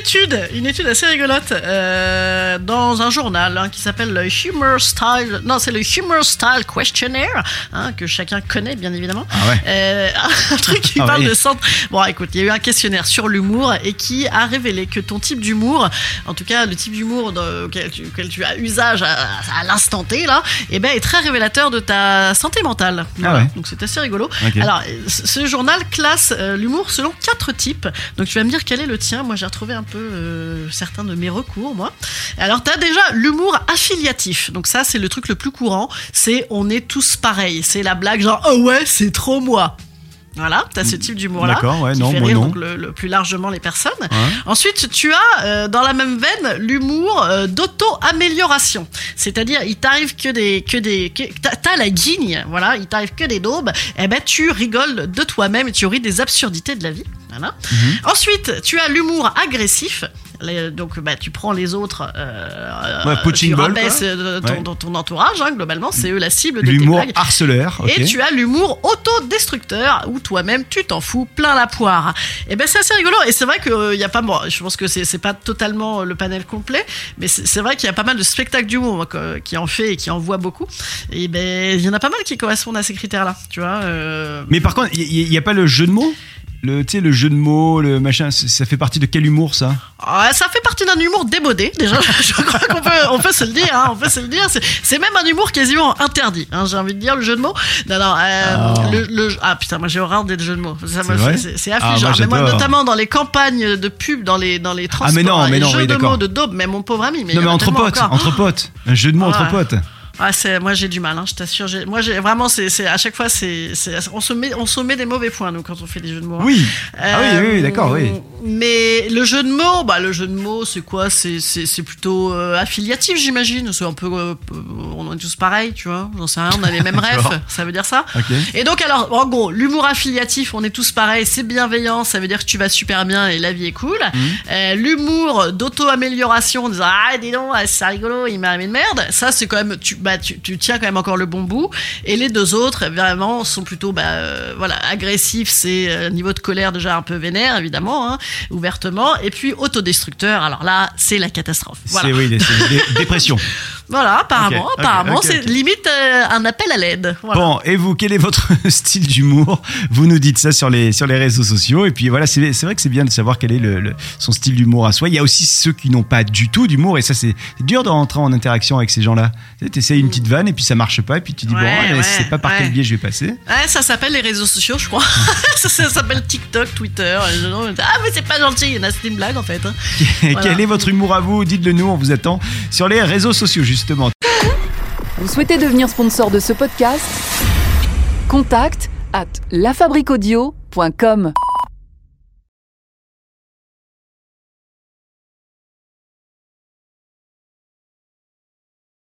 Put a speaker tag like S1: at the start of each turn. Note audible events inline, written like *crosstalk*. S1: étude, une étude assez rigolote euh, dans un journal hein, qui s'appelle le Humor Style. Non, c'est le Humor Style Questionnaire hein, que chacun connaît bien évidemment.
S2: Ah ouais.
S1: Euh, *laughs* un truc qui
S2: Ah
S1: parle
S2: oui.
S1: de centre. Bon, écoute, il y a eu un questionnaire sur l'humour et qui a révélé que ton type d'humour, en tout cas le type d'humour dans- auquel tu, auquel tu as usage à, à l'instant T là, eh ben est très révélateur de ta santé mentale. Voilà.
S2: Ah ouais.
S1: Donc c'est assez rigolo.
S2: Ok.
S1: Alors, euh, ce ce journal classe euh, l'humour selon quatre types. Donc, tu vas me dire quel est le tien. Moi, j'ai retrouvé un peu euh, certains de mes recours, moi. Alors, tu as déjà l'humour affiliatif. Donc, ça, c'est le truc le plus courant. C'est on est tous pareils. C'est la blague genre, oh ouais, c'est trop moi. Voilà, tu as ce type d'humour-là.
S2: Mm. D'accord, ouais,
S1: qui
S2: non,
S1: fait
S2: moi
S1: rire,
S2: non.
S1: donc, le, le plus largement les personnes.
S2: Ouais.
S1: Ensuite, tu as euh, dans la même veine l'humour euh, d'auto-amélioration. C'est-à-dire, il t'arrive que des. que des que- t'as- T'as la guigne, voilà, il t'arrive que des daubes, et ben tu rigoles de toi-même et tu ris des absurdités de la vie. Voilà.
S2: Mhm.
S1: Ensuite, tu as l'humour agressif. Les- donc bah, tu prends les autres euh,
S2: Ouais,
S1: euh,
S2: punching
S1: tu
S2: ball,
S1: rabaisses,
S2: quoi.
S1: euh, ton,
S2: Ouais.
S1: ton- ton entourage hein, globalement c'est eux la cible de tes
S2: L'humour
S1: blagues
S2: harceleur. ok.
S1: et tu as l'humour autodestructeur où toi-même tu t'en fous plein la poire. Et ben c'est assez rigolo et c'est vrai que euh, il y a pas bon, je pense que c'est c'est pas totalement euh, le panel complet, mais c'est c'est vrai qu'il y a pas mal de spectacles d'humour moi, que- qui en fait et qui en voit beaucoup. Et ben il y en a pas mal qui correspondent à ces critères-là, tu vois. euh,
S2: Mais par contre, il n'y a pas le jeu de mots le, tu sais, le jeu de mots, le machin, c- ça fait partie de quel humour ça
S1: Ah, ça fait partie d'un humour démodé, déjà. *laughs* Je crois qu'on peut, on peut se le dire. hein, on peut se le dire. C'est- C'est même un humour quasiment interdit. hein, j'ai envie de dire le jeu de mots. Non, non. euh,
S2: Ah.
S1: le, le- ah putain, moi j'ai horreur des jeux de mots. Ça me
S2: C'est vrai
S1: fait- c'est c'est
S2: Ah, moi,
S1: affligeant. mais moi,
S2: j'adore. Ah,
S1: notamment dans les campagnes de pub, dans les dans les transports,
S2: mais non, mais
S1: les
S2: non,
S1: jeux
S2: oui,
S1: de
S2: d'accord.
S1: mots de daube, mais mon pauvre ami. Mais il y
S2: Non mais
S1: en a
S2: entre
S1: tellement
S2: potes,
S1: encore.
S2: entre potes, un jeu de mots
S1: Ah
S2: entre
S1: ouais.
S2: potes.
S1: Ah, c'est- moi j'ai du mal. Hein, je t'assure. j'ai- Moi, j'ai vraiment, c'est c'est- à chaque fois, c'est c'est- on se met on se met des mauvais points nous quand on fait des jeux de mots. hein.
S2: Oui. Ah oui,
S1: Euh,
S2: oui, oui, d'accord, oui.
S1: Mais le jeu de mots, bah, le jeu de mots, c'est quoi C'est- C'est c'est plutôt euh, affiliatif, j'imagine. C'est un peu. euh, on est tous pareils, tu vois. J'en sais rien, on a les mêmes
S2: *laughs* D'accord.
S1: rêves. Ça veut dire ça
S2: Ok.
S1: et donc, alors, en gros, l'humour affiliatif, on est tous pareils, c'est bienveillant, ça veut dire que tu vas super bien et la vie est cool.
S2: Mhm.
S1: Euh, l'humour d'auto-amélioration, en disant Ah, dis donc, ah, c'est rigolo, il m'a amené de merde, ça, c'est quand même, tu, bah, tu, tu tiens quand même encore le bon bout. Et les deux autres, vraiment, sont plutôt, bah, euh, voilà, agressifs, c'est euh, niveau de colère déjà un peu vénère, évidemment, hein, ouvertement. Et puis, autodestructeur, alors là, c'est la catastrophe. Voilà,
S2: C'est oui, les- c'est dé- dépression.
S1: voilà apparemment,
S2: Ok, ok,
S1: apparemment
S2: ok,
S1: c'est
S2: ok.
S1: limite euh, un appel à l'aide. Voilà.
S2: Bon, et vous, quel est votre *laughs* style d'humour Vous nous dites ça sur les, sur les réseaux sociaux. Et puis voilà, c'est c'est vrai que c'est bien de savoir quel est le, le- son style d'humour à soi. Il y a aussi ceux qui n'ont pas du tout d'humour. Et ça, c'est c'est dur de rentrer en interaction avec ces gens-là. Tu essayes une petite vanne et puis ça marche pas. Et puis tu dis,
S1: Ouais,
S2: bon, allez,
S1: ouais,
S2: c'est pas par quel
S1: ouais.
S2: biais je vais passer. *laughs*
S1: Ouais, Ah, ça s'appelle les réseaux sociaux, je crois. *laughs* ça, ça s'appelle TikTok, Twitter. et je- Ah, mais c'est pas gentil, il y en a, c'était une blague en fait. hein.
S2: Et
S1: Voilà.
S2: Quel est votre humour à vous Dites-le nous, on vous attend sur les réseaux sociaux, justement.
S3: Vous souhaitez devenir sponsor de ce podcast Contact à lafabriquaudio.com.